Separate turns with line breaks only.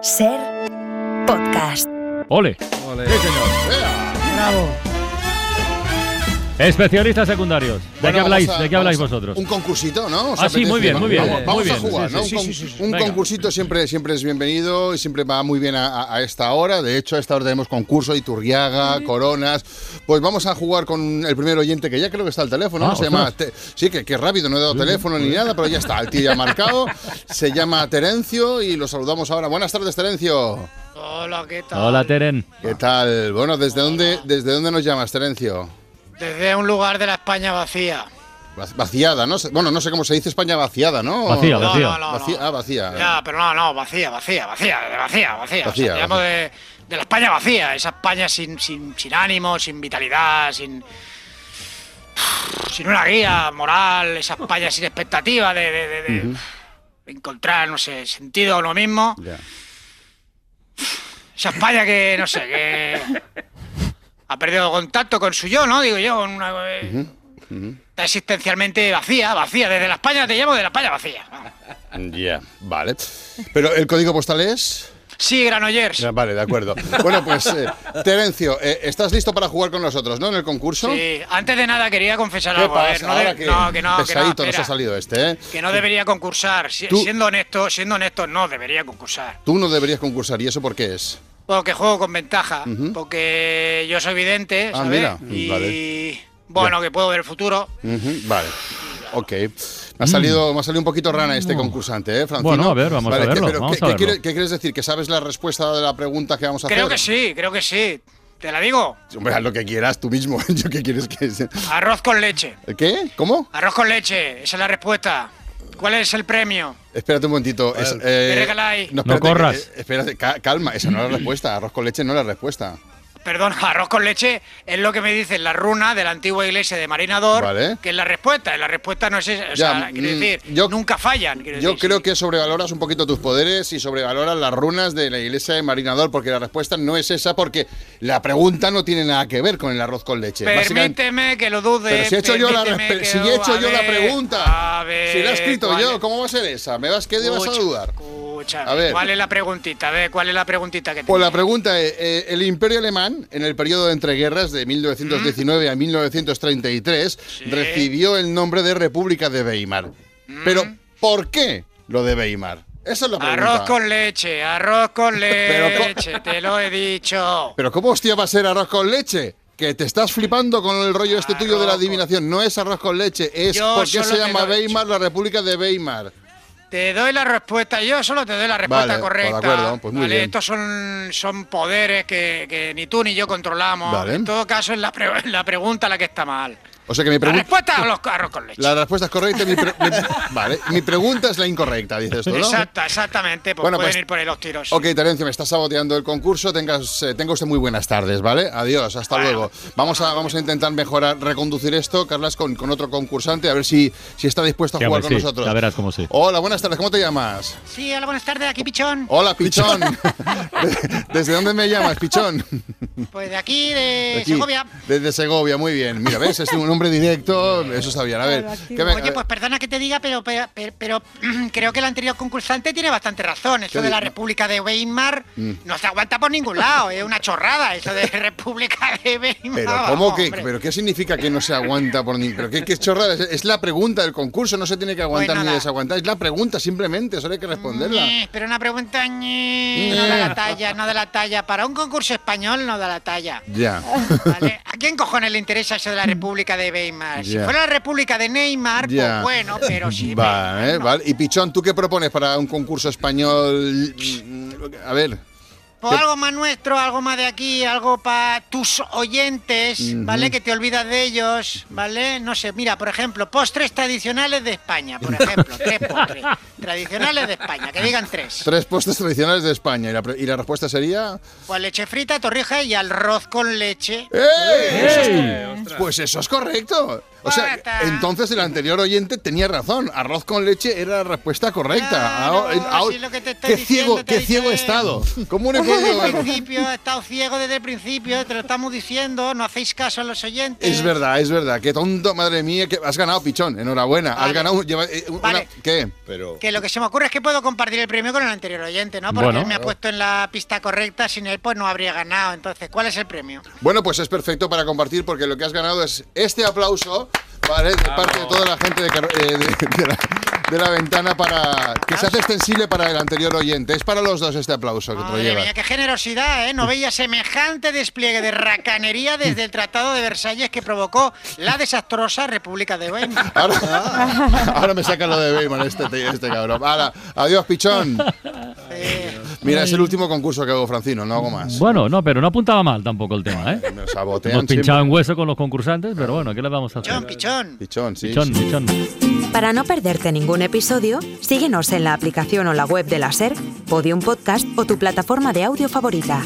Ser podcast.
¡Ole!
Ole.
Bravo.
Especialistas secundarios. ¿De
Bueno,
qué habláis,
vamos a-
¿de qué habláis
vamos a-
vosotros?
Un concursito, ¿no? ¿Os
Ah, sí,
apetece?
muy bien, muy bien,
Vamos,
muy
vamos
bien,
a jugar,
sí,
¿no?
sí,
un
sí,
con-
sí, sí.
un
Venga.
concursito siempre, siempre es bienvenido y siempre va muy bien a, a- a esta hora. De hecho, a esta hora tenemos concurso de Iturriaga, Coronas. Pues vamos a jugar con el primer oyente que ya creo que está al teléfono,
Ah,
¿no? Se
ostras.
llama. Te- sí, que, que rápido, no he dado teléfono ni nada, pero ya está, el tío ya ha marcado. Se llama Terencio y lo saludamos ahora. Buenas tardes, Terencio.
Hola, ¿qué tal?
Hola, Teren.
¿Qué tal? Bueno, ¿desde dónde, desde dónde nos llamas, Terencio?
Desde un lugar de la España vacía.
Vac- Vaciada, ¿no? sé- Bueno, no sé cómo se dice España vaciada, ¿no?
Vacía,
No,
vacía.
no, no, no.
Vacía, ah, vacía.
Ya, pero no, no, vacía, vacía, vacía, de vacía, vacía. O sea,
Vacía,
te llamo
vacía.
de, de la España vacía, esa España sin, sin, sin ánimo, sin vitalidad, sin. sin una guía moral, esa España sin expectativa de. de- de- de encontrar, no sé, sentido a uno mismo.
Ya.
Esa España que, no sé, que. ha perdido contacto con su yo, ¿no? Digo yo, con una. eh, Está existencialmente vacía, vacía. Desde la España te llamo de la España vacía. Vamos.
Vale. Pero el código postal es.
Sí, Granollers.
Ya, Vale, de acuerdo. Bueno, pues, eh, Terencio, eh, ¿estás listo para jugar con nosotros, no? En el concurso.
Sí, antes de nada quería confesar
¿Qué
algo. a ver,
pasa?
no de-
Ahora que,
no, que no, que no,
pesadito nos
espera,
ha salido este, ¿eh?
que no debería concursar. Si-
Tú-
Siendo honesto, siendo honesto, no debería concursar.
Tú no deberías concursar, ¿y eso por qué es?
Porque juego con ventaja, porque yo soy vidente,
Ah,
¿sabes?
mira,
Y
vale.
bueno, que puedo ver el futuro.
Ujú, Vale. Ok. Me ha, salido, me ha salido un poquito rana este concursante, ¿eh, Francino?
Mm. Bueno, a ver, vamos a
Vale, ¿qué-
verlo,
pero
vamos
¿qué,
a
qué
verlo.
quiere- qué quieres decir? ¿Que sabes la respuesta de la pregunta que vamos a
Creo
hacer?
que sí, creo que sí. Te la digo,
Hombre, haz lo que quieras tú mismo. ¿Yo qué quieres que sea?
arroz con leche.
¿Qué? ¿Cómo?
Arroz con leche, esa es la respuesta. ¿Cuál es el premio?
Espérate un momentito. es- eh,
regaláis?
No
espérate,
corras.
que- eh, espérate, ca- calma, esa no es la respuesta. Arroz con leche no es la respuesta.
Perdón, arroz con leche es lo que me dicen la runa de la antigua iglesia de Marinador,
Vale.
que es la respuesta. y La respuesta no es esa.
Ya,
O sea, quiero
mm,
decir,
yo-
nunca fallan. quiero
Yo
decir,
creo
sí.
que sobrevaloras un poquito tus poderes y sobrevaloras las runas de la iglesia de Marinador, porque la respuesta no es esa, porque la pregunta no tiene nada que ver con el arroz con leche. Básicamente-
Permíteme que lo dude.
Pero si he hecho yo la,
permíteme
respe-
que
si
lo-
he hecho
a
yo la
ver,
pregunta,
a ver,
si la he escrito
¿cuál
yo,
es?
¿cómo va a ser esa? ¿Me vas, ¿Qué vas a
Escucha,
dudar?
escúchame,
A ver.
¿Cuál es la preguntita? A ver, ¿cuál es la preguntita que
Pues
tengo?
la pregunta es, eh, el Imperio Alemán, en el periodo de entreguerras de 1919 a 1933, recibió el nombre de República de Weimar. Pero, ¿por qué lo de Weimar? Esa es la pregunta.
Mm. Arroz con leche, arroz con
Pero co-
leche, te lo he dicho.
Pero, ¿cómo hostia va a ser arroz con leche? Que te estás flipando con el rollo este tuyo de la
Arroz con-
adivinación. No es arroz con leche, es
Yo
por qué
solo
se
te
llama
lo he
Weimar la República de Weimar.
Te doy la respuesta, yo solo te doy la respuesta
Vale,
correcta.
pues de acuerdo, pues muy
¿vale?
bien.
Estos son, son poderes que, que ni tú ni yo controlamos.
Vale.
En todo caso, es la, pre- la pregunta la que está mal.
O sea que mi
La
pregunta...
respuesta a los carros con leche.
La respuesta es correcta, mi, pre- mi- vale, mi pregunta es la incorrecta, dices tú, ¿no?
Exacta, exactamente, pues
Bueno,
pueden
pues-
ir por ahí los tiros.
Ok, Terencio, me está saboteando el concurso. Tengas, eh, tenga usted muy buenas tardes, ¿vale? Adiós, hasta luego. Vamos a, vamos a intentar mejorar, reconducir esto, Carlas, con, con otro concursante, a ver si, si está dispuesto a
Sí,
jugar
hombre,
con
sí,
nosotros.
ya verás cómo sí.
Hola, buenas tardes, ¿cómo te llamas?
Sí, hola, buenas tardes, aquí Pichón.
Hola, Pichón. ¿Desde dónde me llamas, Pichón?
Pues de aquí, de
Oh. Aquí, Desde Segovia, muy bien. Mira, ¿ves? Es un hombre directo, eso está bien. A ver,
Claro, aquí.
¿qué me-
Oye, pues perdona que te diga, pero, pero, pero, creo que el anterior concursante tiene bastante razón. Eso
¿Qué
de la
di- Mm.
República de Weimar no se aguanta por ningún lado. Es una chorrada eso de República de Weimar.
Pero
vamos,
¿cómo que?
Ah, hombre.
¿Pero qué significa que no se aguanta por ni? ¿Pero qué, qué chorrada? Es, es la pregunta del concurso, no se tiene que aguantar
Pues
ni
nada. Mm.
desaguantar. Es la pregunta simplemente, solo hay que responderla.
Ñe, Pero una pregunta, ñe, no da la talla, no da la talla. Para un concurso español no da la talla.
Ya.
¿Vale? ¿A quién cojones le interesa eso de la República de Weimar? Si
Ya.
fuera la República de Neymar,
Ya.
pues bueno, pero sí.
Vale, vale. Y Pichón, ¿tú qué propones para un concurso español? Mm, A ver.
Pues algo más nuestro, algo más de aquí, algo para tus oyentes, ¿vale? Que te olvidas de ellos, ¿vale? No sé, mira, por ejemplo, postres tradicionales de España, por ejemplo, tres postres tradicionales de España, que digan tres.
Tres postres tradicionales de España. Y la, pre- y la respuesta sería.
Pues leche frita, torrija y arroz con leche.
¡Eh!
¡Ey!
Pues eso es correcto. O sea,
Bata.
entonces el anterior oyente tenía razón. Arroz con leche era la respuesta correcta.
Claro,
Ahora- en- ahora-
sí, lo que te estoy
qué
diciendo,
ciego,
te
qué
he
ciego he
dicho, eh.
estado. ¿Cómo no he podido
Desde
ver?
el principio, he estado ciego desde el principio, te lo estamos diciendo, no hacéis caso a los oyentes.
Es verdad, es verdad. Qué tonto, madre mía. Que has ganado, pichón. Enhorabuena. Has
Vale.
ganado. un- lleva- eh, una-
Vale.
¿Qué?
Pero.
Que lo que se me ocurre es que puedo compartir el premio con el anterior oyente, ¿no? Porque
Bueno.
él me ha puesto en la pista correcta, sin él pues no habría ganado. Entonces, ¿cuál es el premio?
Bueno, pues es perfecto para compartir porque lo que has ganado es este aplauso, ¿vale? De parte de toda la gente de, Car- eh, de- de la, de la ventana para que se hace extensible para el anterior oyente. Es para los dos este aplauso que te lo
Madre
llevas.
mía, qué generosidad, ¿eh? No veía semejante despliegue de racanería desde el Tratado de Versalles que provocó la desastrosa República de Weimar.
Ahora, ahora me saca lo de Beyman este, tío, este cabrón. Hala, adiós, pichón.
Eh,
Mira, es el último concurso que hago, Francino, no hago más.
Bueno, no, pero no apuntaba mal tampoco el tema, ¿eh?
Me sabotean
Hemos
siempre.
pinchado en hueso con los concursantes, pero bueno, ¿qué le vamos a hacer?
pichón, pichón.
Pichón, sí.
Pichón,
sí.
pichón.
Para no perderte ningún episodio, síguenos en la aplicación o la web de la SER, Podium Podcast o tu plataforma de audio favorita.